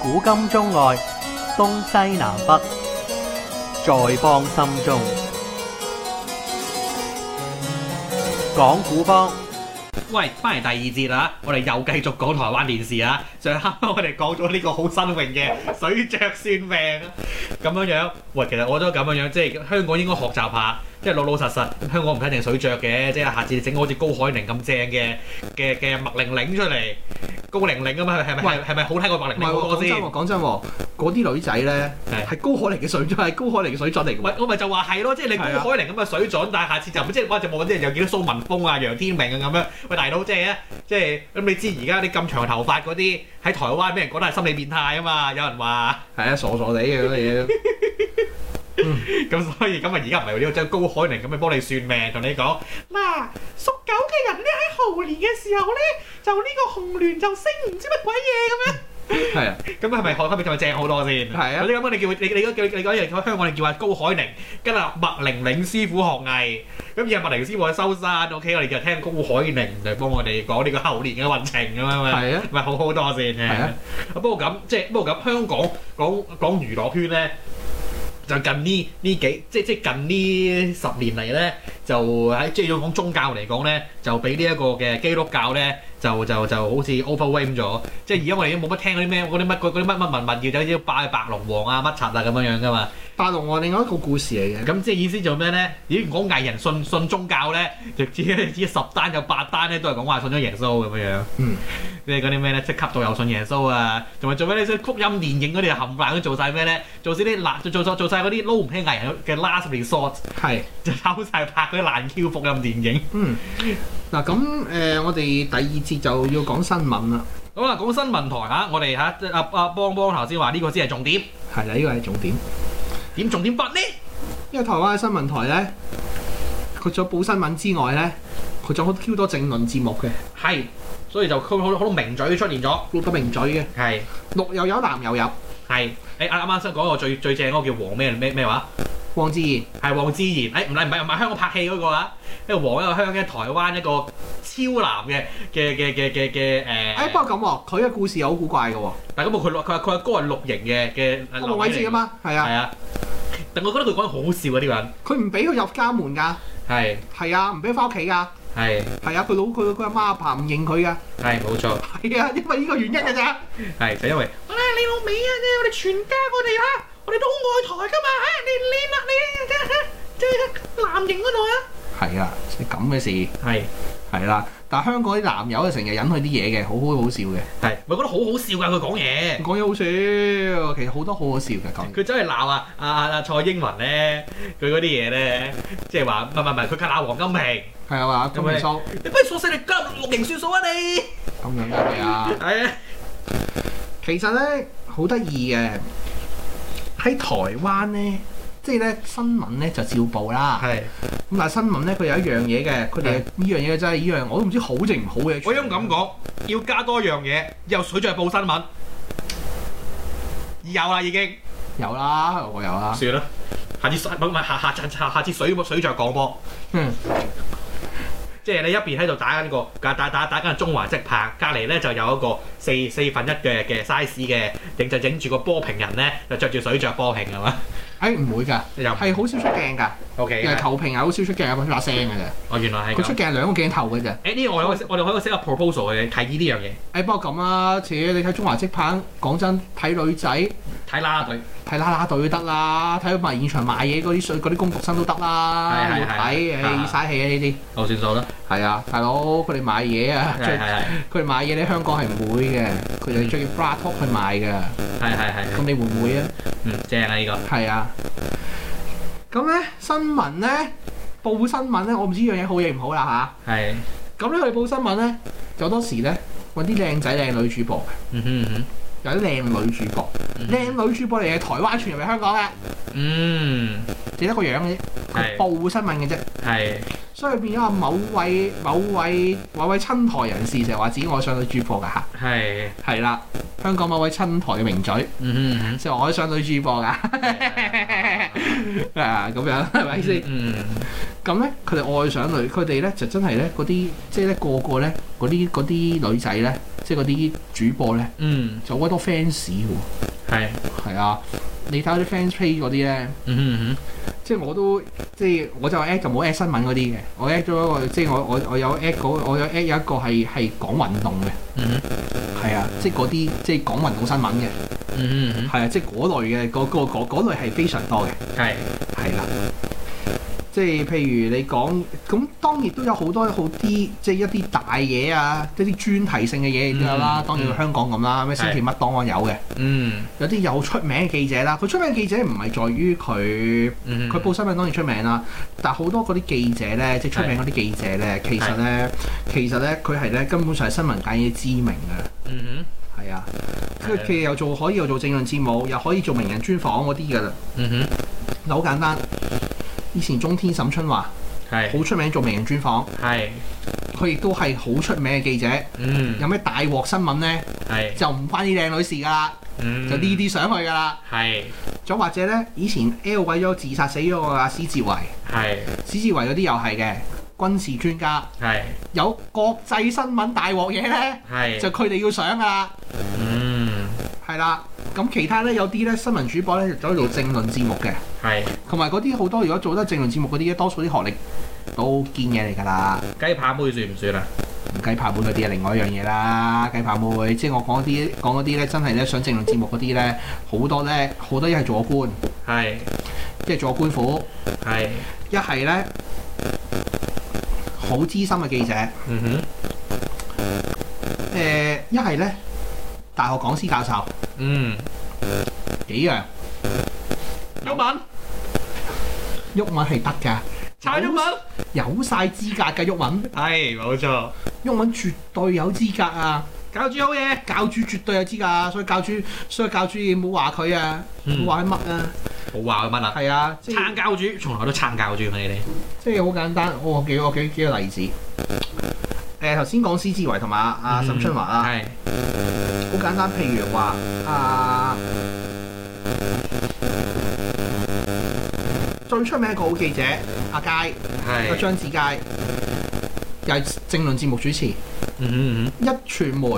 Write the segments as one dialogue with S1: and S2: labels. S1: 古今中外，東西南北，在邦心中。講古邦，
S2: 喂，翻嚟第二節啦，我哋又繼續講台灣電視啊。上刻 我哋講咗呢個好新穎嘅水着算命啊，咁樣樣。喂，其實我都咁樣樣，即係香港應該學習下，即係老老實實。香港唔一定水着嘅，即係下次你整個好似高海寧咁正嘅嘅嘅麥玲玲出嚟，高玲玲啊咁嘛，係咪
S3: 喂
S2: 係咪好睇過麥
S3: 唔
S2: 玲
S3: 係
S2: 玲嗰
S3: 喎，
S2: 個
S3: 講真
S2: 先
S3: 喎，？講真喎，嗰啲女仔咧
S2: 係
S3: 係高海寧嘅水準，係高海寧嘅水準嚟嘅
S2: 喂
S3: 喎。，
S2: 我咪就話係咯，即係你高海寧咁嘅水準，但係下次就唔即係哇，就冇啲人又見到蘇文峰啊、楊天明啊咁樣。喂，大佬即係咧，即係咁你知而家啲咁長頭髮嗰啲喺台灣俾人講得係心理變態啊嘛，有人話
S3: 係啊，傻傻地嘅嗰啲嘢。
S2: 咁，所以咁啊而家唔係呢個張高海寧咁樣幫你算命，同你講嗱，屬狗嘅人咧喺猴年嘅時候咧，就呢個紅鸞就升唔知乜鬼嘢咁樣。
S3: 係啊，
S2: 咁係咪學級咪咪正好多先？
S3: 係啊
S2: 嗰啲咁樣你叫你你嗰叫你嗰日喺香港你叫阿高海寧，跟阿麥玲玲師傅學藝，咁而阿麥玲師傅去收山，OK，我哋就聽高海寧嚟幫我哋講呢個後年嘅運程咁樣嘛，
S3: 係啊，
S2: 咪好好多先嘅。
S3: 係啊
S2: 不過咁即係不過咁香港講講娛樂圈咧。就近呢呢幾即即近呢十年嚟咧，就喺即係要講宗教嚟講咧，就俾呢一個嘅基督教咧，就就就好似 overwhelm 咗。即係而家我哋已經冇乜聽嗰啲咩嗰啲乜嗰啲乜乜文物，要走啲拜白龍王啊乜柒啊咁樣樣噶嘛。
S3: 白龍王另外一個故事嚟嘅。
S2: 咁即係意思做咩咧？咦，如果藝人信信宗教咧，就 只只十單有八單咧都係講話信咗耶穌咁樣樣。
S3: 嗯，
S2: 即係嗰啲咩咧，即係吸毒又信耶穌啊，同埋做咩咧？即係福音電影嗰啲冚唪唥都做晒咩咧？做晒啲爛，做做做晒嗰啲撈唔起藝人嘅 last resort，
S3: 係。
S2: 就偷晒拍嗰啲爛 Q 福音電影。
S3: 嗯。嗱咁誒，我哋第二節就要講新聞啦。
S2: 好啦，講新聞台啊嚇，我哋嚇即係阿阿邦邦頭先話呢個先係重點，
S3: 係啦，呢個係重點。
S2: 點重點不呢？
S3: 因為台灣嘅新聞台咧，佢除咗報新聞之外咧，佢仲有好 Q 多政論節目嘅，
S2: 係，所以就佢好多好多名嘴出現咗。
S3: 錄得名嘴嘅，
S2: 係
S3: 綠又有，藍又有。
S2: 係，誒啱啱先講個最最正嗰個叫黃咩咩咩話，
S3: 黃志賢
S2: 係黃之賢，誒唔係唔係唔係香港拍戲嗰個啊，一個黃一個香嘅台灣一個超男嘅嘅嘅嘅嘅嘅誒。
S3: 誒，哎不過咁喎，佢嘅故事又好古怪嘅喎，
S2: 但咁佢佢佢佢阿哥係綠營嘅嘅。
S3: 我冇位置㗎嘛，係
S2: 係
S3: 啊，
S2: 啊，但我覺得佢講得好好笑啊！呢個人
S3: 佢唔俾佢入家門㗎，
S2: 係
S3: 係啊，唔俾佢翻屋企㗎，
S2: 係
S3: 係啊，佢老佢佢阿媽阿爸唔認佢㗎，
S2: 係冇錯。
S3: 係啊，因為呢個原因㗎咋，
S2: 係就因為啊，你老味啊，我哋全家我哋啊，我哋都好愛台噶嘛嚇，你你啦你即係即係男型嗰度啊，
S3: 係啊，即係咁嘅事，
S2: 係
S3: 係啦，但係香港啲男友啊，成日引佢啲嘢嘅，好好好笑嘅，
S2: 係，我覺得好好笑㗎佢講嘢。
S3: 講嘢好笑，其實好多好好笑嘅講嘢，
S2: 佢走去鬧啊啊啊蔡英文咧，佢嗰啲嘢咧，即係話唔係唔係唔係，佢鬧黃金平，
S3: 係啊嘛，
S2: 咁
S3: 咁
S2: 咪
S3: 樣收
S2: 你不如索性你加入六型算數啊你，
S3: 咁樣嘅係啊。
S2: 係啊，
S3: 其實咧好得意嘅，喺台灣咧，即係咧新聞咧就照報啦。
S2: 係，
S3: 咁但係新聞咧佢有一樣嘢嘅，佢哋
S2: 係
S3: 呢樣嘢真係呢樣，我都唔知好定唔好嘅。
S2: 我應該咁講，要加多樣嘢，又水在報新聞，有啦已經，
S3: 有啦，我有啦。
S2: 算啦，下次水唔係唔係下下下下次水水着廣播。
S3: 嗯，
S2: 即係你一邊喺度打緊個打打打打緊中華職棒，隔離咧就有一個四四分一嘅嘅 size 嘅影就影住個波平人咧，就着住水着波平係嘛？
S3: 誒唔會㗎，
S2: 又唔
S3: 係好少出鏡㗎，
S2: OK
S3: 又係投屏係好少出鏡，有把聲㗎啫。
S2: 哦，原啊來係
S3: 佢出
S2: 咁。
S3: 鏡係兩個鏡頭㗎啫。
S2: 誒呢個我有我哋可以 set 個 proposal 去睇呢樣嘢，
S3: 誒不過咁啦，似你睇中華職棒，講真睇女仔睇
S2: 睇啦啦隊。
S3: 啦啦隊都得啦，睇埋現場買嘢嗰啲水嗰啲公讀生都得啦，
S2: 係係
S3: 要睇
S2: 係
S3: 誒嘥氣啊呢啲。
S2: 我算數啦，
S3: 係啊，大佬佢哋買嘢啊，
S2: 係係
S3: 最
S2: 係
S3: 佢哋買嘢咧香港係唔會嘅，佢哋中意 bra top 去買嘅。
S2: 係係係，
S3: 咁你會唔會啊？
S2: 嗯正啊呢個，
S3: 係啊。咁咧新聞咧報新聞咧，我唔知呢樣嘢好嘢唔好啦
S2: 係
S3: 吓，咁咧佢哋報新聞咧，有好多時咧揾啲靚仔靚女主播嘅，
S2: 嗯哼嗯
S3: 有啲靚女主播，
S2: 哼，
S3: 靚、女主播嚟嘅台灣傳入嚟香港嘅，
S2: 嗯
S3: 只得個樣嘅啫，佢
S2: 係
S3: 報新聞嘅啫。
S2: 係
S3: 所以變咗啊某位某位某位親台人士成日話自己愛上女主播㗎嚇。
S2: 係
S3: 係啦，香港某位親台嘅名嘴，
S2: 嗯哼
S3: 就我可以上女主播噶， 啊咁樣係咪先？
S2: 嗯
S3: 咁咧，佢哋愛上女，佢哋咧就真係咧嗰啲，即係咧個個咧嗰啲嗰啲女仔咧，即係嗰啲主播咧，
S2: 嗯，
S3: 就好鬼多 fans 喎。
S2: 係，
S3: 係啊，你睇下啲 fans page 嗰啲咧，
S2: 嗯哼嗯
S3: 即係我都即係我就 at 就冇 at 新聞嗰啲嘅，我 at 咗一個即係我我我有 at 嗰我有 at 有一個係係講運動嘅，
S2: 哼，嗯哼，
S3: 係啊，即係嗰啲即係講運動新聞嘅，
S2: 嗯哼嗯
S3: 係啊，即係嗰類嘅嗰嗰嗰嗰類係非常多嘅。
S2: 哼，係，
S3: 係啦。即係譬如你講，咁當然都有好多好啲，即係一啲大嘢啊，一啲專題性嘅嘢亦都有啦。
S2: 嗯
S3: 當然
S2: 嗯
S3: 香港咁啦，咩星期乜檔案有嘅，
S2: Ừ, 嗯
S3: 有啲有出名嘅記者啦。佢出名嘅記者唔係在於佢
S2: 嗯
S3: 佢
S2: 哼，
S3: 報新聞當然出名啦，但係好多嗰啲記者咧，即係出名嗰啲記者咧，其實咧其實咧佢係咧根本上係新聞界嘅知名嘅，
S2: 嗯
S3: 係啊。
S2: 係
S3: 佢佢又做可以又做政論節目，又可以做名人專訪嗰啲㗎啦。
S2: 哼，嗯哼，
S3: 嗱好簡單，以前中天沈春華。
S2: 係，
S3: 好出名做名人專訪，
S2: 係，
S3: 佢亦都係好出名嘅記者。
S2: 嗯，
S3: 有咩大鑊新聞呢？
S2: 係，
S3: 就唔關啲靚女事㗎啦，
S2: 嗯，
S3: 就呢，啲上去㗎啦。
S2: 係，
S3: 再或者呢，以前 L 位咗自殺死咗個阿史志維，
S2: 係，
S3: 史志維嗰啲又係嘅軍事專家，
S2: 係，
S3: 有國際新聞大鑊嘢呢，
S2: 係，
S3: 就佢哋要上㗎啦。
S2: 嗯，
S3: 係啦，咁其他呢，有啲呢新聞主播呢，就走去做政論節目嘅，
S2: 係，
S3: 同埋嗰啲好多如果做得政論節目嗰啲，多數啲學歷都堅嘢嚟㗎啦。
S2: 雞扒妹算唔算啊？
S3: 雞扒妹嗰啲係另外一樣嘢啦，雞扒妹即係我講嗰啲講嗰啲咧，真係咧上政論節目嗰啲咧，好多咧好多一係做咗官，
S2: 係，
S3: 一係做咗官府，
S2: 係，
S3: 一係咧好資深嘅記者，誒、
S2: 嗯哼。
S3: 一係咧大學講師教授，
S2: 嗯，
S3: 幾樣
S2: 郁文，
S3: 鬱文係得㗎，
S2: 撐郁文，
S3: 有晒資格㗎鬱文，
S2: 係冇錯，
S3: 鬱文絕對有資格啊！
S2: 教主好嘢，
S3: 教主絕對有資格啊，所以教主所以教主你唔好話佢啊，唔好話佢乜啊，
S2: 冇話佢乜啦，
S3: 係啊，即係
S2: 嗯撐教主，從來都撐教主嘅你哋，
S3: 即係好簡單，我我幾我幾幾個例子。誒頭先講施志維同埋阿阿沈春華啦，
S2: 嗯係，
S3: 好簡單，譬如話啊，最出名一個好記者阿佳，
S2: 嗯
S3: 阿
S2: 係，
S3: 張志佳，又係政論節目主持，一
S2: 嗯嗯
S3: 傳媒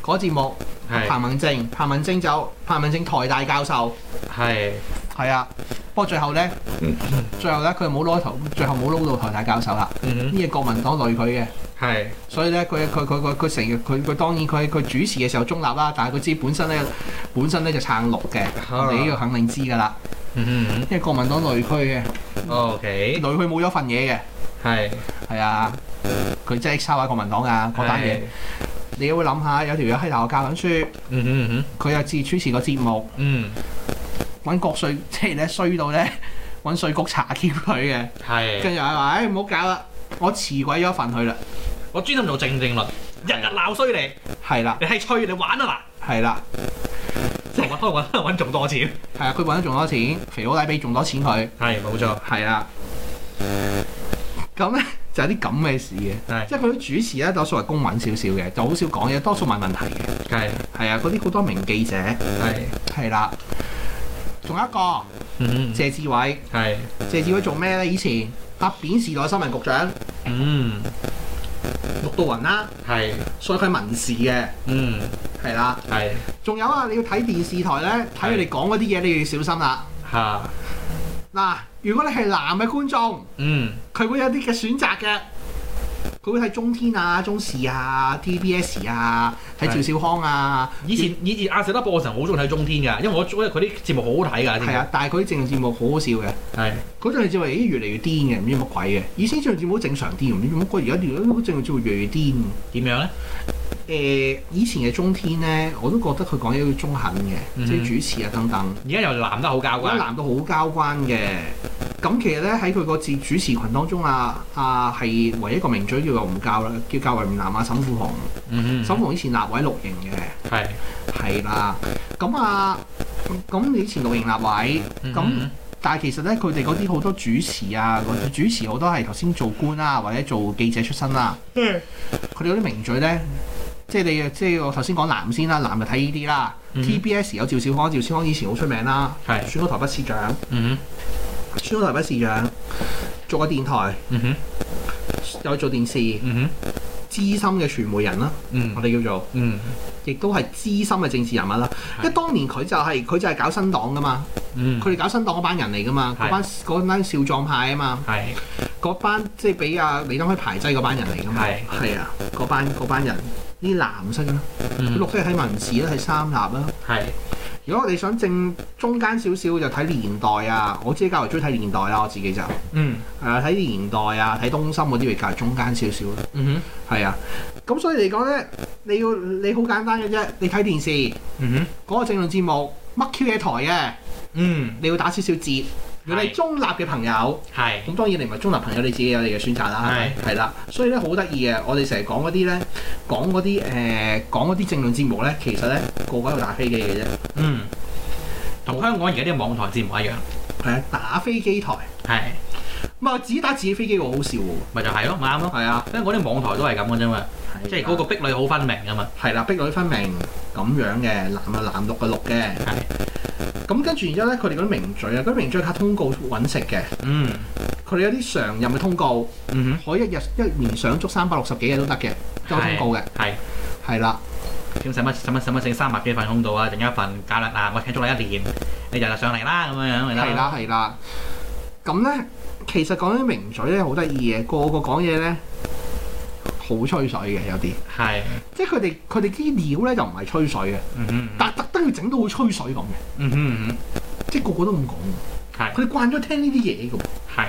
S3: 嗰節目，
S2: 嗯，係，
S3: 彭敏正，彭敏正就彭敏正台大教授，
S2: 係，
S3: 係啊，不過最後咧，最後咧佢冇攞頭，最後冇撈到台大教授啦，
S2: 嗯，
S3: 呢嘢國民黨累佢嘅。
S2: 係，
S3: 所以咧，佢佢佢佢佢成日佢佢當然佢佢主持嘅時候中立啦，但係佢知本身咧本身咧就撐綠嘅，我哋呢個肯定知㗎啦，
S2: 嗯嗯
S3: 因為國民黨累區嘅，累
S2: ừ ，OK，
S3: 佢冇咗份嘢嘅，
S2: 係，係
S3: 係啊，佢真係抄下國民黨啊嗰單嘢，，你會諗下有條友喺大學教緊書，
S2: 嗯嗯
S3: 佢又自主持個節目，
S2: 嗯，
S3: 揾國税即係咧衰到咧 揾税局查檢佢嘅，
S2: 係，
S3: 跟住係話唉唔好搞啦，我辭鬼咗份佢啦，
S2: 我專心做正正論，日日鬧衰你，
S3: 係啦
S2: 你係吹你玩啊
S3: 係啦，
S2: 嗱，可能揾 可能揾仲多錢，
S3: 係啊，佢揾咗仲多錢，肥佬奶俾仲多錢佢。
S2: 係冇錯，
S3: 係啦。咁咧就有啲咁嘅事嘅，
S2: 係
S3: 即係佢啲主持咧，多數係公允少少嘅，就好少講嘢，多數問問題嘅。
S2: 係
S3: 係啊，嗰啲好多名記者
S2: 係，
S3: 係啦。仲有一個
S2: 嗯
S3: 謝志偉，
S2: 係，
S3: 謝志偉做咩咧？以前阿扁時代新聞局長
S2: Ừ. 嗯
S3: 陸道雲啦，
S2: 係，
S3: 所以佢係文事嘅
S2: 嗯
S3: 係啦。
S2: 係，
S3: 仲有啊，你要睇電視台咧，睇佢哋講嗰啲嘢，你要小心啦。
S2: 嚇，
S3: 嗱，如果你係男嘅觀眾。
S2: 嗯
S3: 佢會有啲嘅選擇嘅，佢會睇中天啊、中視啊、TBS 啊，睇趙少康啊，
S2: 以前以前亞視得播嘅時候，我好中意睇中天㗎，因為我因為佢啲節目好好睇㗎。
S3: 係啊，但係佢啲政治節目好好笑嘅，
S2: 係，
S3: 嗰陣節目咦越嚟越癲嘅，唔知乜鬼嘅，以前政治節目正常啲，唔知乜鬼，而家而家政治節目越嚟越癲。
S2: 點樣咧？
S3: 誒、以前嘅中天咧，我都覺得佢講嘢要中肯嘅，
S2: 嗯
S3: 即係主持啊等等，
S2: 而家又男得好交
S3: 而家
S2: 關。
S3: 男到好交關嘅。咁其實咧喺佢個自主持群當中啊啊係唯一一個名嘴叫做吳教啦，叫教為吳南啊沈富雄。
S2: 嗯
S3: 手逢以前立位錄營嘅，
S2: 係。
S3: 係啦。咁啊，咁你以前錄營立位，咁
S2: 咁
S3: 但係其實咧，佢哋嗰啲好多主持啊，嗰啲主持好多係頭先做官啦、或者做記者出身啦、
S2: 嗯
S3: 佢哋嗰啲名嘴咧，即係你即係我頭先講男先啦，男就睇呢啲啦。
S2: 嗯
S3: TBS 有趙少康，趙少康以前好出名啦，
S2: 係
S3: 選到台北市長，
S2: 嗯
S3: 選到台
S2: Mm-hmm.
S3: 北市長，做過電台，
S2: 嗯哼
S3: 又做電視，
S2: 嗯哼
S3: 資深嘅傳媒人啦，
S2: 嗯
S3: 我哋叫做，
S2: 嗯
S3: 亦都係資深嘅政治人物啦。因為當年佢就係、佢就係搞新黨噶嘛，
S2: 嗯，
S3: 佢哋搞新黨嗰班人嚟噶嘛，
S2: 係
S3: 嗰班嗰班少壯派啊嘛，
S2: 係
S3: 嗰班即係俾阿李登輝排擠嗰班人嚟噶嘛，
S2: 係
S3: 係啊，嗰班嗰班人呢男啊生啦，
S2: 嗯
S3: 六都係睇文字啦，睇三立啦。
S2: 係
S3: 如果我哋想正中間少少就睇年代啊，我自己較為中意睇年代啦，我自己就誒
S2: 嗯
S3: 睇年代啊，睇東森嗰啲會較為中間少少啦，
S2: 嗯哼
S3: 係啊。咁所以嚟講咧，你要你好簡單嘅啫，你睇電視
S2: 嗯哼
S3: 嗰、個政論節目乜 Q 嘢台嘅，
S2: 嗯
S3: 你要打少少折。如果你係中立嘅朋友，
S2: 係
S3: 咁當然你唔係中立朋友，你自己有你嘅選擇啦，係咪係啦。所以咧好得意嘅，我哋成日講嗰啲咧，講嗰啲誒講嗰啲政論節目咧，其實咧個個喺度打飛機嘅啫，
S2: 嗯，同香港而家啲網台節目一樣，
S3: 係啊，打飛機台。
S2: 係
S3: 唔係，我自己打自己飛機喎，好笑喎。
S2: 咪就係咯，咪啱咯。
S3: 係啊，
S2: 香港啲網台都係咁嘅啫嘛，即係嗰個壁壘好分明啊嘛。
S3: 係啦，壁壘分明咁樣嘅，藍啊藍，綠啊綠嘅。
S2: 係
S3: 咁跟住然之後咧，佢哋嗰啲名嘴啊，嗰啲名嘴靠通告揾食嘅。
S2: 嗯
S3: 佢哋有啲常任嘅通告，
S2: 嗯
S3: 可以一日一年上足三百六十幾日都得嘅，都有通告嘅。
S2: 哼，係。
S3: 係啦，
S2: 咁使乜使乜使乜整三百幾份工度啊？整一份假日啊！我請足你一年，你日日上嚟啦咁樣樣咪得
S3: 係
S2: 咯。
S3: 啦，係啦。咁咧，其實講啲名嘴咧好得意嘅，個個講嘢咧好吹水嘅，有啲
S2: 係，
S3: 即係佢哋佢哋啲料咧就唔係吹水嘅，
S2: 嗯哼，
S3: 但係特登要整到好吹水咁嘅，
S2: 嗯哼，嗯
S3: 即係個個都咁講嘅。
S2: 哼係
S3: 佢哋慣咗聽呢啲嘢嘅喎。
S2: 係，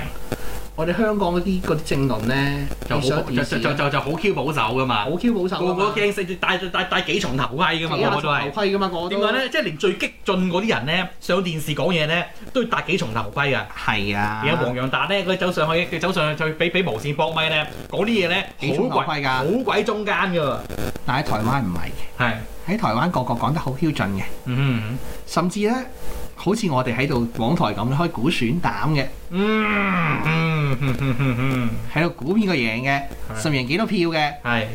S3: 我哋香港嗰啲嗰啲政論咧，
S2: 就
S3: 上
S2: 好就
S3: 電視
S2: 就就就就好 Q 保守噶嘛，
S3: 好啊 Q 保守㗎
S2: 個
S3: 嘛
S2: 個都驚死，戴戴戴幾重頭盔噶嘛，個
S3: 幾下
S2: 個啊都
S3: 頭
S2: 係。
S3: 盔㗎嘛，我
S2: 點解？咧？即係連最激進嗰啲人咧，上電視講嘢咧，都要戴幾重頭盔噶。
S3: 係啊
S2: 而，家黃洋達咧，佢走上去，佢走上去俾俾無線搏咪咧，講啲嘢咧
S3: 幾
S2: 好
S3: 重頭
S2: 鬼
S3: 盔
S2: 好
S3: 㗎，
S2: 鬼中間㗎喎。
S3: 但喺台灣唔係嘅，
S2: 係，
S3: 喺台灣個個講得好標準嘅，
S2: 嗯
S3: 甚至咧好似我哋喺度網台咁可以估選膽嘅，
S2: 哼嗯嗯嗯嗯嗯嗯，
S3: 喺度估邊個贏嘅，
S2: 係
S3: 甚至贏幾多票嘅，
S2: 係。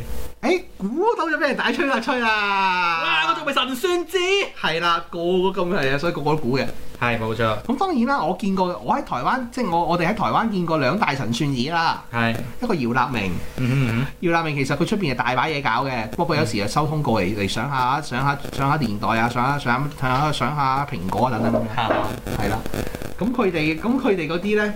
S3: 誒估到就俾人大吹啦吹
S2: 哇！我
S3: 啦
S2: 仲，咪神算子，
S3: 係啦，個個咁係啊，所以個個都估嘅。
S2: 係冇錯，
S3: 咁當然啦，我見過我喺台灣，即係我我哋喺台灣見過兩大神算子啦，
S2: 係，
S3: 一個姚立明。
S2: 嗯
S3: 要啦，明其實佢出邊係大把嘢搞嘅，不過有時又收通告嚟嚟上下上下上下年代啊，上下上下上下上下蘋果啊等等咁
S2: 嗯，
S3: 樣，
S2: 嚇，
S3: 係啦。咁佢哋咁佢哋嗰啲咧，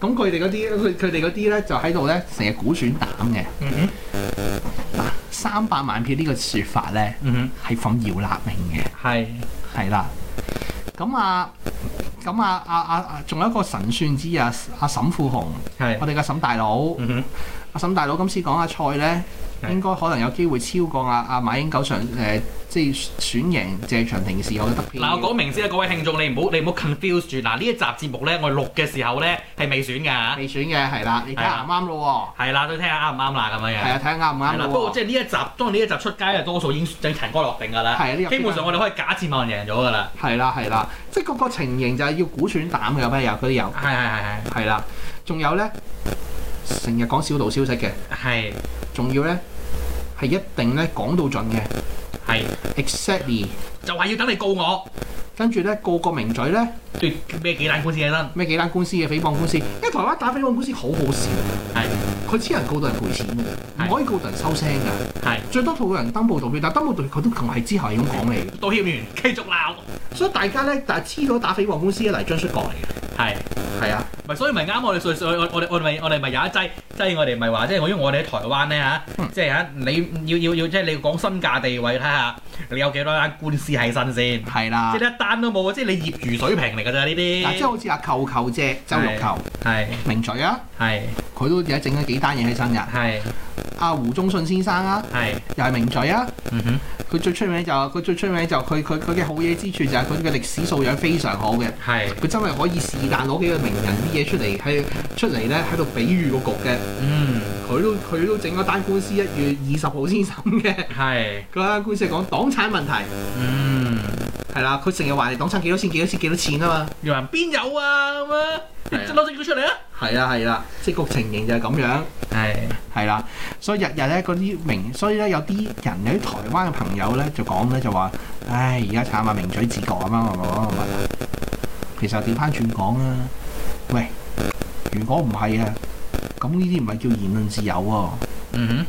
S3: 咁佢哋嗰啲佢佢哋嗰啲咧就喺度咧成日估選膽嘅。
S2: 嗯
S3: 三百萬票呢個説法咧
S2: 嗯，
S3: 係仿姚立明嘅，
S2: 係，
S3: 係啦。咁啊咁啊啊啊啊，仲有一個神算之啊阿沈富雄，
S2: 係，
S3: 我哋嘅沈大佬。
S2: 嗯哼，
S3: 阿沈大佬今次講阿蔡咧，
S2: 係
S3: 應該可能有機會超過阿阿馬英九上誒、呃即係選贏謝長廷時候嘅得票。
S2: 嗱，我講明先啊啦，各位聽眾，你唔好你唔好 confuse 住，嗱呢一集節目咧，我錄嘅時候咧係未選㗎，
S3: 未選嘅係啦，你睇下啱唔啱咯
S2: 係啦，都聽下啱唔啱啦咁樣
S3: 喎，
S2: 樣
S3: 係。啊，睇下啱唔
S2: 係啦，
S3: 啱
S2: 不過
S3: 咯
S2: 即係呢一集，當然呢一集出街啊，多數已經整塵埃落定㗎
S3: 喎。
S2: 啦。
S3: 係啊，呢個
S2: 基本上我哋可以假設某人贏咗㗎啦。
S3: 係啦係啦，即係個個情形就係要估選膽嘅，有咩有嗰啲有
S2: 係係
S3: 係啦，仲有咧成日講小道消息嘅，
S2: 係係
S3: 仲要咧係一定咧講到盡嘅
S2: 係
S3: ，exactly。
S2: 係，就話要等你告我，跟
S3: 跟住咧個個名嘴咧
S2: 住咩幾單官司起身？
S3: 咩幾單官司嘅誹謗官司，因為台灣打誹謗官司好好笑。
S2: 係
S3: 佢黐人告到人賠錢
S2: 係
S3: 嘅，唔可以告到人收聲㗎。
S2: 係
S3: 最多告人登報道歉，但登報道歉佢都仲係之後係咁講你嘅。
S2: 道歉完繼續鬧，
S3: 所以大家咧，但係黐咗打誹謗官司嘅嚟張出國嚟嘅。
S2: 係。
S3: 係啊，
S2: 咪所以咪啱我哋上上我我哋我哋咪我哋咪有一劑，即係我哋咪話，即係我因為我哋喺台灣咧嚇
S3: 嗯，
S2: 即係嚇你要要要即係你要講身價地位睇下，你有幾多單官司喺身先，
S3: 係啦
S2: 即。係一單都冇，即係你業餘水平嚟㗎咋呢
S3: 嗱，即係
S2: 啲，
S3: 好似阿舅舅姐周玉球
S2: 係
S3: 名嘴啊，
S2: 係
S3: 佢都而家整咗幾單嘢喺身㗎。
S2: 係
S3: 阿胡忠信先生啊，
S2: 係，
S3: 又係名嘴啊。
S2: 嗯哼，
S3: 佢最出名就佢最出名就佢佢佢嘅好嘢之處就係佢嘅歷史素養非常好嘅。
S2: 係，
S3: 佢真係可以是但攞幾個名人啲嘢出嚟，係出嚟咧喺度比喻個局嘅。
S2: Ừ. 嗯
S3: 佢都佢都整咗單官司一月二十號先審嘅，
S2: 係，
S3: 嗰單官司係講黨產問題，
S2: Ừ. 嗯，
S3: 係啦，佢成日話你黨產幾多錢幾多錢幾多錢啊嘛，
S2: 有人邊有啊咁啊，你
S3: 係啊
S2: 攞證據出嚟啊，
S3: 係啦係啦，即係個情形就係咁樣，
S2: 係
S3: 係啦，所以日日咧嗰啲名，所以咧有啲人有啲台灣嘅朋友咧就講咧就話，唉而家慘啊名嘴自覺啊嘛，咁啊其實調翻轉講啦，喂，如果唔係啊，咁呢啲唔係叫言論自由喎、
S2: 嗯哼，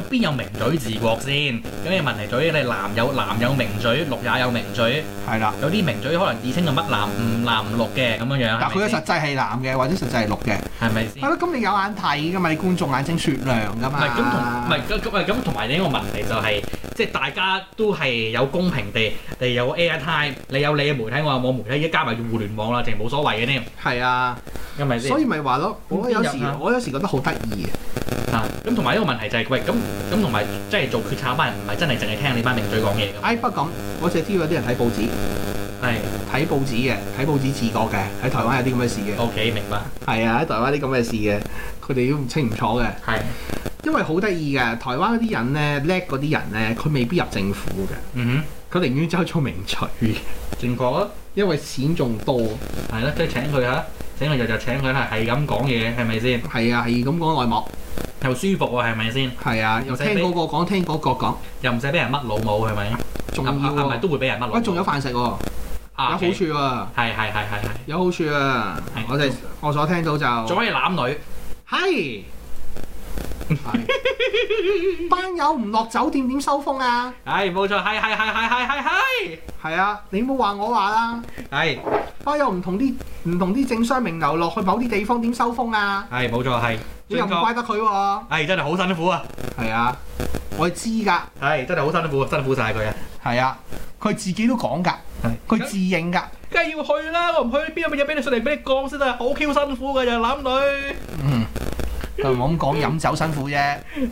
S2: 咁邊有名嘴治國先？咁你問題在於你男有男有名嘴，綠也有名嘴，
S3: 係啦。
S2: 有啲名嘴可能自稱就乜男唔男唔綠嘅咁樣樣，
S3: 但
S2: 係
S3: 佢
S2: 咪
S3: 嘅
S2: 先
S3: 實際係藍嘅，或者實際係綠嘅。
S2: 係咪先
S3: 係？咯，咁你有眼睇噶嘛？你觀眾眼睛雪亮噶
S2: 唔
S3: 嘛？
S2: 係咁同唔係咁咁咁同埋另一個問題就係、即係大家都係有公平地，你有 airtime，你有你嘅媒體，我有我媒體，依家加埋用互聯網啦，淨係冇所謂嘅添，
S3: 係啊，
S2: 係咪先？
S3: 所以咪話咯，我有時
S2: 邊有啊
S3: 我有時覺得好得意嘅，
S2: 啊，咁同埋一個問題就係、喂，咁咁同埋即係做決策嗰班人唔係真係淨係聽你班名嘴講嘢㗎嘛，
S3: 唉，哎不過咁，我淨係知道有啲人睇報紙，
S2: 係
S3: 睇報紙嘅，睇報紙自覺嘅，喺台灣有啲咁嘅事嘅，
S2: OK 明白，
S3: 係啊，喺台灣有啲咁嘅事嘅，佢哋都唔清唔楚嘅，
S2: 係
S3: 因為好得意嘅，台灣嗰啲人咧叻嗰啲人咧，佢未必入政府嘅，
S2: 嗯
S3: 佢寧願走去做名嘴嘅，
S2: 哼，正確啊，
S3: 因為錢仲多，
S2: 係啦，即係請佢嚇，請佢日日請佢啦，係咁講嘢係咪先？
S3: 係啊，係咁講內幕，
S2: 又舒服喎係咪先？
S3: 係啊，又
S2: 唔使
S3: 聽
S2: 俾
S3: 嗰個講，聽嗰個講，
S2: 又唔使俾人乜老母係咪？
S3: 仲
S2: 啊
S3: 要
S2: 啊係咪
S3: 喎，
S2: 都會俾人乜老母？
S3: 喂，仲有飯食喎，有
S2: 啊
S3: 好處
S2: ，OK，係
S3: 喎。
S2: 係係係係。
S3: 有好處啊
S2: 係！
S3: 我哋我所聽到就
S2: 仲可以攬女，
S3: 係係班友唔落酒店點收風啊？
S2: 唉，冇錯，係係係係係係係，
S3: 係啊，你唔好話我話啦。
S2: 係
S3: 班友唔同啲唔同啲政商名流落去某啲地方點收風啊？
S2: 係冇錯係，
S3: 你又唔
S2: 正確
S3: 怪得佢喎。
S2: 唉，真係好辛苦啊，
S3: 係啊，我哋知㗎。
S2: 係真係好辛苦，辛苦晒佢啊，
S3: 係啊，佢自己都講㗎
S2: 係，
S3: 佢自認㗎。
S2: 梗係要去啦，我唔去邊有乜嘢俾你上嚟俾你講先啊，好 Q 辛苦㗎又攬女，
S3: 嗯，佢唔好咁講，飲酒辛苦啫。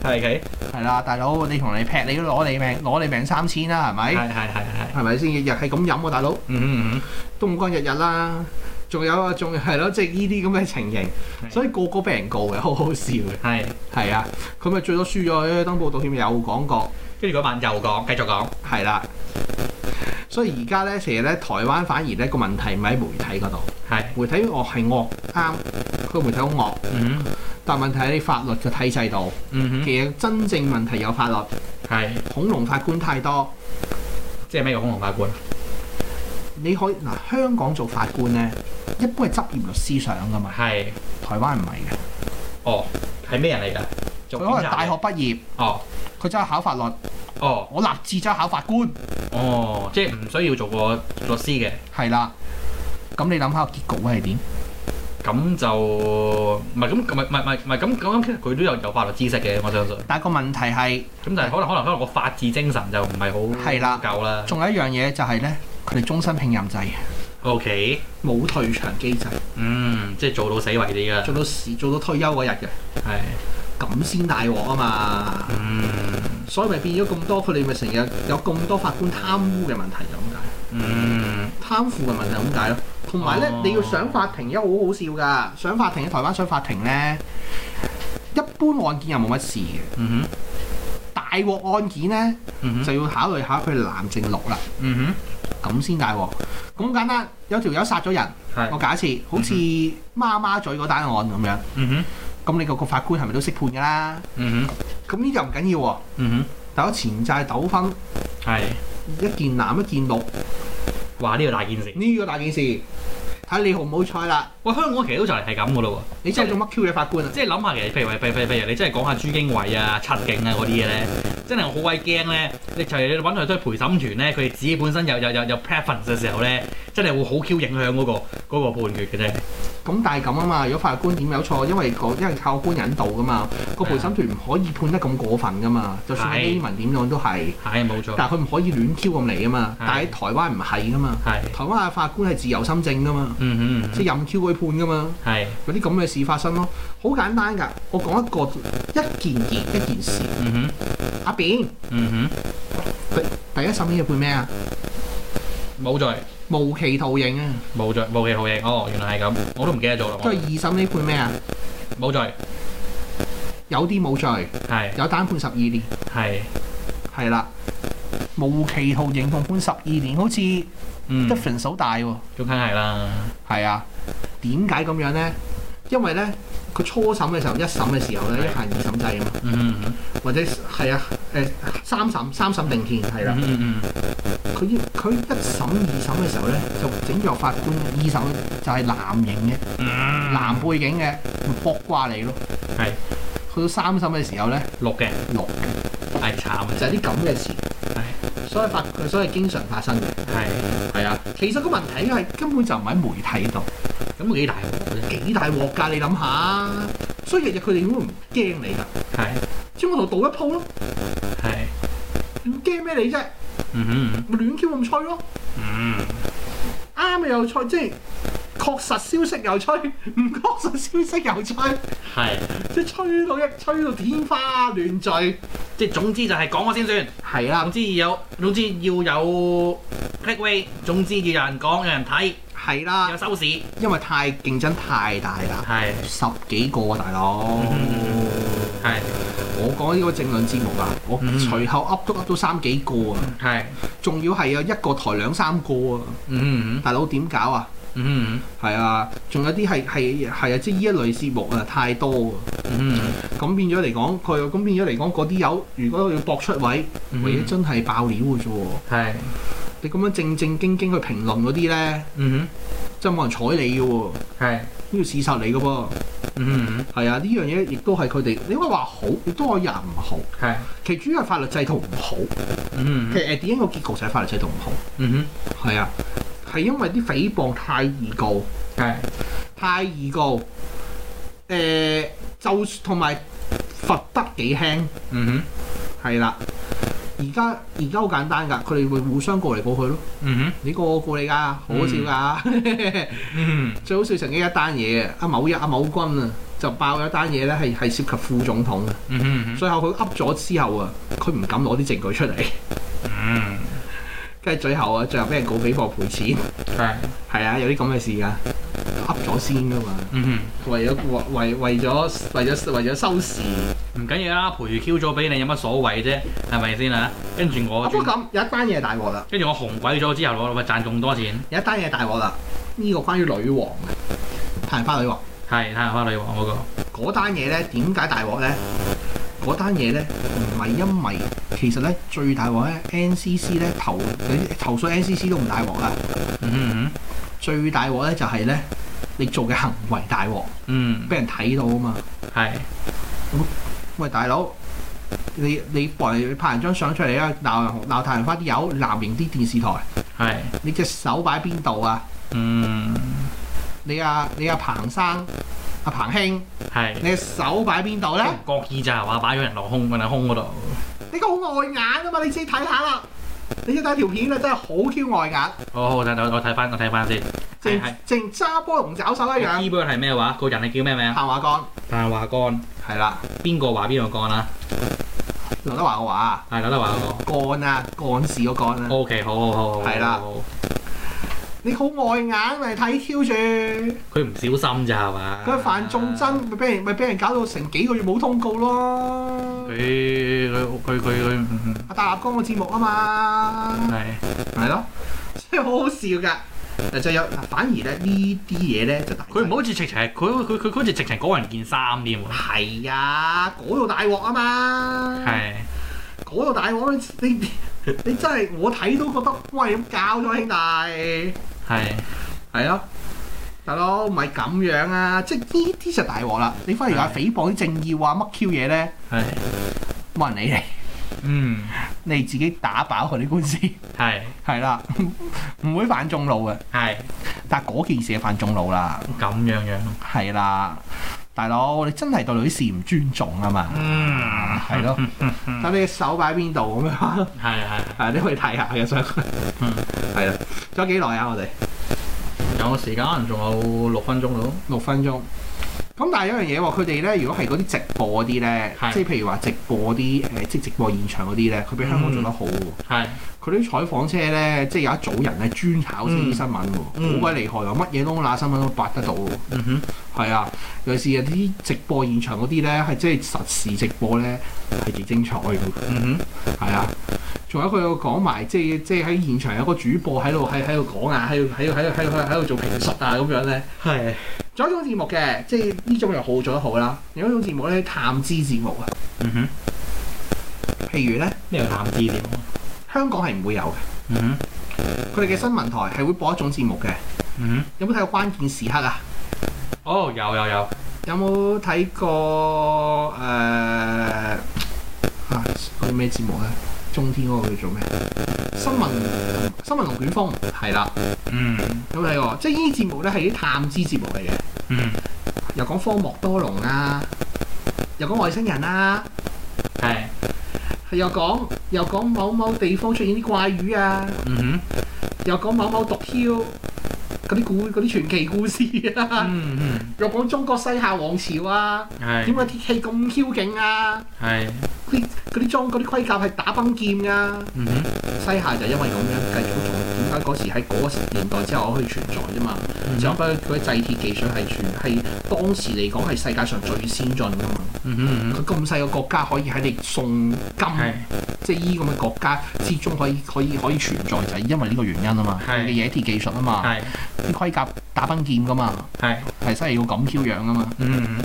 S2: 係嘅，
S3: 係啦，大佬，你同你劈你都攞你命，攞你命三千啦，係
S2: 係
S3: 咪？
S2: 係係係，
S3: 係咪先？日日係咁飲喎，大佬。
S2: 嗯嗯
S3: 東江日日啦，仲有啊，仲係咯，即係呢啲咁嘅情形，
S2: 係
S3: 所以個個俾人告嘅，好好笑嘅。
S2: 嗯，係，
S3: 係啊，佢咪最多輸咗去登報道歉，有講過，
S2: 跟住嗰晚又講，繼續講，
S3: 係啦。所以而家咧，其實咧，台灣反而咧個問題唔喺媒體嗰度，
S2: 係，
S3: 媒體惡係惡啱，個媒體好惡，
S2: 嗯
S3: 但問題喺你法律嘅體制度。
S2: 嗯
S3: 其實真正問題有法律，
S2: 係，
S3: 恐龍法官太多，
S2: 即係咩叫恐龍法官？
S3: 你可以嗱香港做法官咧，一般係執業律師上噶嘛，
S2: 係，
S3: 台灣唔係嘅，
S2: 哦，係咩人嚟㗎？
S3: 佢
S2: 做
S3: 可
S2: 警
S3: 能
S2: 察
S3: 大學畢業。
S2: 哦
S3: 佢真係考法律，
S2: 哦
S3: 我立志真係考法官，
S2: 哦，即係唔需要做過律師嘅。
S3: 係啦。咁你諗下個結局會係點？
S2: 咁就唔係咁，唔係唔係唔係唔係咁咁，其實佢都有有法律知識嘅，我相信。咁
S3: 但係個問題係，
S2: 但係可能可能可能個法治精神就唔係好
S3: 係啦
S2: 夠啦。
S3: 仲有一樣嘢就係呢，佢哋終身聘任制，
S2: O K，
S3: 冇退場機制，
S2: 嗯，即係做到死為止㗎，
S3: 做到時做到退休嗰日嘅，
S2: 係，
S3: 咁先大鑊啊嘛！
S2: 嗯
S3: 所以咪變咗咁多，佢哋咪成日有咁多法官貪污嘅問題就咁解，
S2: 嗯，
S3: 貪腐嘅問題就咁解咯。同埋呢，
S2: 哦
S3: 你要上法庭，因為好好笑㗎，上法庭喺台灣上法庭呢，一般案件又冇乜事嘅，
S2: 嗯
S3: 大鑊案件呢，
S2: 哼，嗯哼，
S3: 就要考慮下佢藍正綠啦。
S2: 嗯
S3: 咁先大鑊。咁簡單，有條友殺咗人，
S2: 哼，係
S3: 我，假設好似媽媽嘴嗰單案咁樣，
S2: 嗯哼，
S3: 咁你個個法官係咪都識判㗎啦？
S2: 嗯哼，
S3: 咁呢就唔緊要喎。
S2: 嗯
S3: 但有前債糾紛，
S2: 哼，係，
S3: 一件男一件綠，
S2: 哇！呢個大件事。
S3: 呢、個大件事，睇你好唔好彩啦。
S2: 喂，香港其實都就嚟係咁㗎咯
S3: 你真係做乜 Q 嘅法官啊
S2: 喎，？即係諗下其實，譬如話譬如譬如譬如你真係講下朱經緯啊、七警啊嗰啲嘢咧，真係我好鬼驚咧！你就係你揾佢堆陪審團咧，佢哋自己本身有有有有 preference 嘅時候咧，真係會好 Q 影響嗰、個嗰個判決嘅啫。
S3: 咁但係咁啊嘛，如果法官點有錯？因為個因為靠官引導㗎嘛，個陪審團唔可以判得咁過分㗎嘛。就算
S2: 係
S3: A 文點樣都係，
S2: 係冇錯，
S3: 但係佢唔可以亂 Q 咁嚟㗎嘛。
S2: 係
S3: 但係喺台灣唔係㗎嘛，
S2: 係
S3: 台灣嘅法官係自由心證㗎嘛。
S2: 嗯哼嗯
S3: 即係任 Q 佢判噶嘛，
S2: 哼，係
S3: 有啲咁嘅事發生咯，好簡單㗎。我講一個一件件一件事，
S2: 嗯哼
S3: 阿扁
S2: 嗯
S3: 第一審呢要判咩啊？
S2: 哼，冇罪
S3: 無期徒刑啊！
S2: 冇罪冇嘢好嘢。哦，原來係咁，我都唔記得咗啦。
S3: 跟住二審呢判咩啊？
S2: 冇罪
S3: 有啲冇罪，
S2: 係
S3: 有單判十二年，
S2: 係
S3: 係啦。無期徒刑同判十二年，好似
S2: 嗯，
S3: difference 好大喎。
S2: 咁梗係啦，
S3: 係啊，點解咁樣呢？因為呢，佢初審嘅時候，一審嘅時候咧，一限二審制啊嘛，
S2: 嗯嗯
S3: 或者係啊，誒、三審三審定憲係啦。
S2: 嗯嗯嗯
S3: 佢一佢一審二審嘅時候咧，就整咗法官二審就係男型嘅、
S2: 嗯，
S3: 男背景嘅，咪卜瓜你咯。
S2: 係
S3: 去到三審嘅時候咧，
S2: 綠嘅，
S3: 六
S2: 係慘
S3: 就係啲咁嘅事。
S2: 係
S3: 所以發佢所以經常發生嘅。
S2: 係
S3: 係啊，其實個問題係根本就唔喺媒體度，
S2: 咁幾大鑊啫，
S3: 幾大鑊㗎？你諗下，所以日日佢哋會唔驚你㗎？
S2: 係
S3: 將我度賭一鋪咯，
S2: 係
S3: 你驚咩你啫？
S2: 嗯哼
S3: 咪亂 Q 咁吹咯，
S2: 嗯
S3: 啱嘅又吹，即係確實消息又吹，唔確實消息又吹。
S2: 係，
S3: 即係吹到一吹到天花亂墜。
S2: 即係總之就係講我先算，
S3: 係啦
S2: 總，之要有總之要有 clickway，總之要有人講有人睇
S3: 係啦
S2: 有，收視，
S3: 因為太競爭太大啦，
S2: 係
S3: 十幾個啊大佬。
S2: 嗯係
S3: 我講呢個政論節目啊，我
S2: 嗯
S3: 隨後噏都噏到三幾個啊，
S2: 係
S3: 仲要係有一個台兩三個啊，
S2: 嗯哼
S3: 大佬點搞啊？
S2: 嗯
S3: 係啊，仲有啲係係係啊，即係呢一類節目啊太多啊，
S2: 哼嗯哼
S3: 咁變咗嚟講，佢咁變咗嚟講，嗰啲友如果要搏出位，
S2: 嗯
S3: 或者真係爆料嘅啫喎，
S2: 係
S3: 你咁樣正正經經去評論嗰啲咧，
S2: 嗯
S3: 真係冇人睬你嘅喎。
S2: 哼係
S3: 呢個事實嚟嘅噃，
S2: 嗯哼
S3: 係啊，呢樣嘢亦都係佢哋，你可以話好，亦都可以話唔好。
S2: 係
S3: 其主要係法律制度唔好，
S2: 嗯
S3: 其實誒點解個結局就係法律制度唔好，
S2: 嗯
S3: 係啊，係因為啲誹謗太易告，
S2: 哼係
S3: 太易告，誒、就同埋罰得幾輕，
S2: 嗯
S3: 係啦、而家而家好簡單㗎，佢哋會互相告嚟告去咯。
S2: 哼嗯哼
S3: 你告我告你㗎，好好笑 㗎。啊
S2: 嗯
S3: 最好笑曾經一單嘢啊，阿某一阿某君啊，就爆咗一單嘢咧，係係涉及副總統嘅。
S2: 嗯哼
S3: 最後佢噏咗之後啊，佢唔敢攞啲證據出嚟，
S2: 嗯
S3: 跟住最後啊，最後俾人告誹謗賠錢，
S2: 係
S3: 係啊，有啲咁嘅事噶，噏咗先噶嘛，
S2: 嗯
S3: 為咗為為為咗為咗為咗收視。
S2: 哼唔緊要啦，賠 Q 咗俾你有乜所謂啫？係咪先啊？跟住我
S3: 啊，不過咁有一單嘢係大鑊啦，
S2: 跟住我紅鬼咗之後，我咪賺仲多錢。
S3: 有一單嘢係大鑊啦，呢、個關於女王啊嘅太陽花女王
S2: 係睇下花女王嗰個。
S3: 嗰單嘢咧，點解大鑊咧？嗰單嘢咧唔係因為其實咧最大鑊咧，NCC 咧投投訴 NCC 都唔大鑊啦，啊
S2: 嗯
S3: 最大鑊咧就係咧你做嘅行為大鑊。
S2: 哼嗯，
S3: 俾人睇到啊嘛。
S2: 係
S3: 喂，大佬，你你拍人拍人張相出嚟啊，鬧人鬧太陽花啲友，南營啲電視台，
S2: 係
S3: 你隻手擺邊度啊？
S2: ừ, 嗯
S3: 你啊你啊彭生。阿彭兄，
S2: 係。
S3: 你隻手擺邊度咧？
S2: 唔覺意咋話擺咗人落空，人哋空嗰度。
S3: 你個好礙眼啊嘛，你自己睇下啦。你一睇條片啊，真係好 Q 礙眼，
S2: 好好，等我我睇翻，我睇翻先。係係
S3: 淨淨揸波同爪手一樣。
S2: 知本係咩話？個人係叫咩名？
S3: 彭華幹
S2: 但話幹，
S3: 係啦，
S2: 邊個話邊個幹啦？
S3: 劉德華個華
S2: 係劉德華嗰
S3: 幹啊，幹事個幹
S2: 個。
S3: 啊，
S2: O K，好好好好。
S3: 係啦
S2: 好好好
S3: 你好礙眼咪睇 Q 住。
S2: 佢唔小心咋係嘛？
S3: 佢犯眾憎，咪俾人咪俾人搞到成幾個月冇通告
S2: 嗯
S3: 咯。
S2: 佢。佢佢佢佢佢嗯
S3: 阿大立江個節目啊嘛，
S2: 係
S3: 係咯，所以好好笑㗎。嗱就有反而咧呢啲嘢咧就大劑，
S2: 佢唔好似直情係佢佢佢佢好似直情嗰人件衫添喎。
S3: 係啊，嗰度大鑊啊嘛，
S2: 係
S3: 嗰度大鑊你 你你真係我睇都覺得喂咁搞咗兄弟，
S2: 係
S3: 係咯。大佬唔係咁樣啊！即係呢啲就大鑊啦。你翻嚟話誹謗啲正義話乜 Q 嘢咧，
S2: 係
S3: 冇人理
S2: 嗯
S3: 你，你自己打飽佢啲官司。
S2: 係
S3: 係啦，唔會犯眾怒嘅。
S2: 係
S3: 但係嗰件事係犯眾怒啦，
S2: 咁樣樣。
S3: 係啦，大佬你真係對女士唔尊重啊嘛，
S2: 嗯，
S3: 係咯，等你手擺邊度咁樣，
S2: 係係。
S3: 係你可以睇下嘅想，
S2: 嗯
S3: 係啦，仲有幾耐啊？我哋
S2: 有時間可能仲有六分鐘到。
S3: 六分鐘。咁但係有樣嘢喎，佢哋咧如果係嗰啲直播嗰啲咧，
S2: 係
S3: 即係譬如話直播啲誒，即係直播現場嗰啲咧，佢比香港做得好喎。
S2: 係。
S3: 佢啲採訪車咧，即係有一組人咧專炒呢啲新聞喎，好
S2: 嗯
S3: 鬼厲害啊喎，乜嘢窿罅新聞都八得到喎。
S2: 嗯哼。
S3: 係啊，尤其是有啲直播現場嗰啲咧，係即係實時直播咧，係幾精彩嘅。
S2: 嗯哼。
S3: 係啊，仲有佢有講埋，即係即係喺現場有個主播喺度喺喺度講啊，喺度喺度喺度喺度喺度做評述啊咁樣咧，
S2: 係。
S3: 仲有一種節目嘅，即係呢種又好做得好啦。有一種節目咧，探知節目啊，
S2: 嗯哼，
S3: 譬如咧，
S2: 咩叫探知點？
S3: 香港係唔會有嘅。
S2: 嗯哼，
S3: 佢哋嘅新聞台係會播一種節目嘅。
S2: 嗯
S3: 有冇睇過關鍵時刻啊？
S2: 哼，哦，有有有，
S3: 有冇睇過誒、呃啊嗰啲咩節目咧？中天嗰個叫做咩？新聞新聞龍捲風係啦，
S2: 嗯
S3: 有冇睇過？即係呢啲節目咧係啲探知節目嚟嘅，
S2: 嗯，
S3: 又講科莫多龍啊，又講外星人啊，
S2: 係，
S3: 又講又講某某地方出現啲怪魚啊，
S2: 嗯
S3: 又講某某毒枭嗰啲古嗰啲傳奇故事
S2: 哼，
S3: 啊，
S2: 嗯
S3: 又講中國西夏王朝啊，
S2: 嗯，係，
S3: 點解鐵器咁囂勁啊？
S2: 係，
S3: 啲嗰啲裝嗰啲盔甲係打崩劍㗎，
S2: 嗯哼，
S3: 西夏就因為咁樣繼續做。點解嗰時喺嗰個年代之後可以存在啫嘛？
S2: 嗯
S3: 就
S2: 哼，
S3: 佢佢製鐵技術係全係當時嚟講係世界上最先進㗎嘛。
S2: 嗯哼，嗯
S3: 佢咁細個國家可以喺你宋金
S2: 哼，係，
S3: 即係依咁嘅國家之中可以可以可以存在，就係因為呢個原因啊嘛。
S2: 係
S3: 佢嘅冶鐵技術啊嘛，
S2: 係，
S3: 啲盔甲打崩劍㗎嘛，
S2: 係。
S3: 係真係要咁挑樣㗎嘛。
S2: 嗯，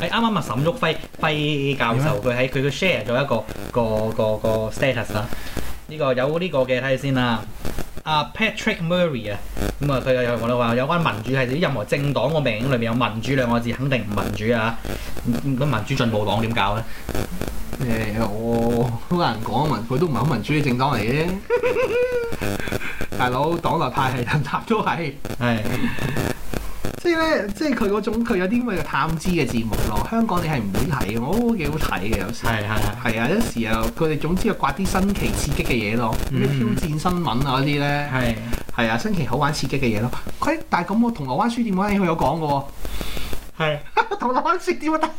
S2: 係啱啱啊！沈旭輝輝教授佢喺佢佢 share 咗一個個個個 status 啦。呢個有呢個嘅睇下先啦。阿 Patrick Murray 啊，咁啊佢又講到話有關民主係指任何政黨個名裏面有民主兩個字，肯定唔民主啊！咁咁民主進步黨點搞咧？
S3: 誒、我好難講民，佢都唔係好民主嘅政黨嚟嘅。 大佬，黨內派系騰騰都係，
S2: 係
S3: 即係咧，即係佢嗰種佢有啲咁嘅探知嘅節目咯。香港你係唔會睇嘅，我都幾好睇嘅有時。
S2: 係係
S3: 係啊，有時又佢哋總之又刮啲新奇刺激嘅嘢咯，咩挑
S2: 嗯
S3: 戰新聞啊嗰啲咧，
S2: 係
S3: 係啊，新奇好玩刺激嘅嘢咯。佢但係咁，我銅鑼灣書店嗰陣佢有講嘅
S2: 係
S3: 喎，銅鑼灣書店啊，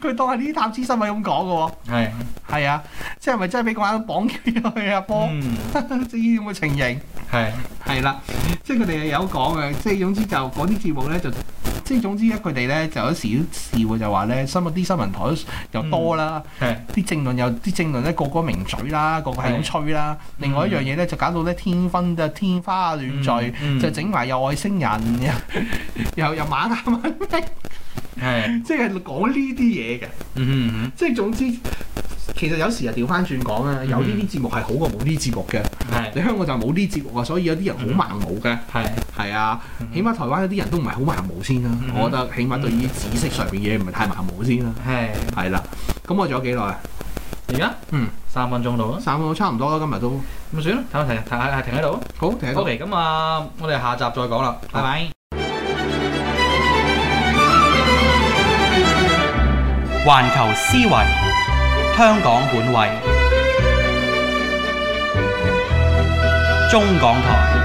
S3: 佢當係呢啲探知新聞咁講嘅喎。
S2: 係
S3: 係啊，即係咪真係俾個眼綁住佢啊波？
S2: 嗯
S3: 即係呢種嘅情形
S2: 係
S3: 係啦，即係佢哋有講嘅，即係總之就嗰啲節目咧就。即係總之咧，佢哋咧就有時都笑嘅，就話咧新聞啲新聞台又多啦，
S2: 係
S3: 啲、政論又啲政論咧個個名嘴啦，個個係咁吹啦。另外一樣嘢咧就搞到咧天昏就天花亂墜，
S2: 嗯嗯
S3: 就整埋又外星人， 又又又猛啊 猛啊，
S2: 係
S3: 即係講呢啲嘢嘅。
S2: 嗯
S3: 即係總之，其實有時係調翻轉講啊，有呢啲節目係好過冇呢啲節目嘅。
S2: 係
S3: 你香港就冇呢啲節目啊，所以有啲人好盲目嘅。
S2: 係
S3: 係啊，
S2: 嗯
S3: 起碼台灣有啲人都唔係好盲目先啦。
S2: 嗯
S3: 我覺得起碼對於知識上面嘢唔係太盲目先啦。
S2: 係
S3: 係啦，咁我仲有幾耐啊？
S2: 而家
S3: 嗯
S2: 三分鐘到啦，
S3: 三個差唔多啦，今日都
S2: 咁算啦，睇下停停下停喺度啊。
S3: 好停喺度
S2: OK，咁啊，我哋下集再講啦，拜拜。
S1: 環球思維，香港本位，中港台。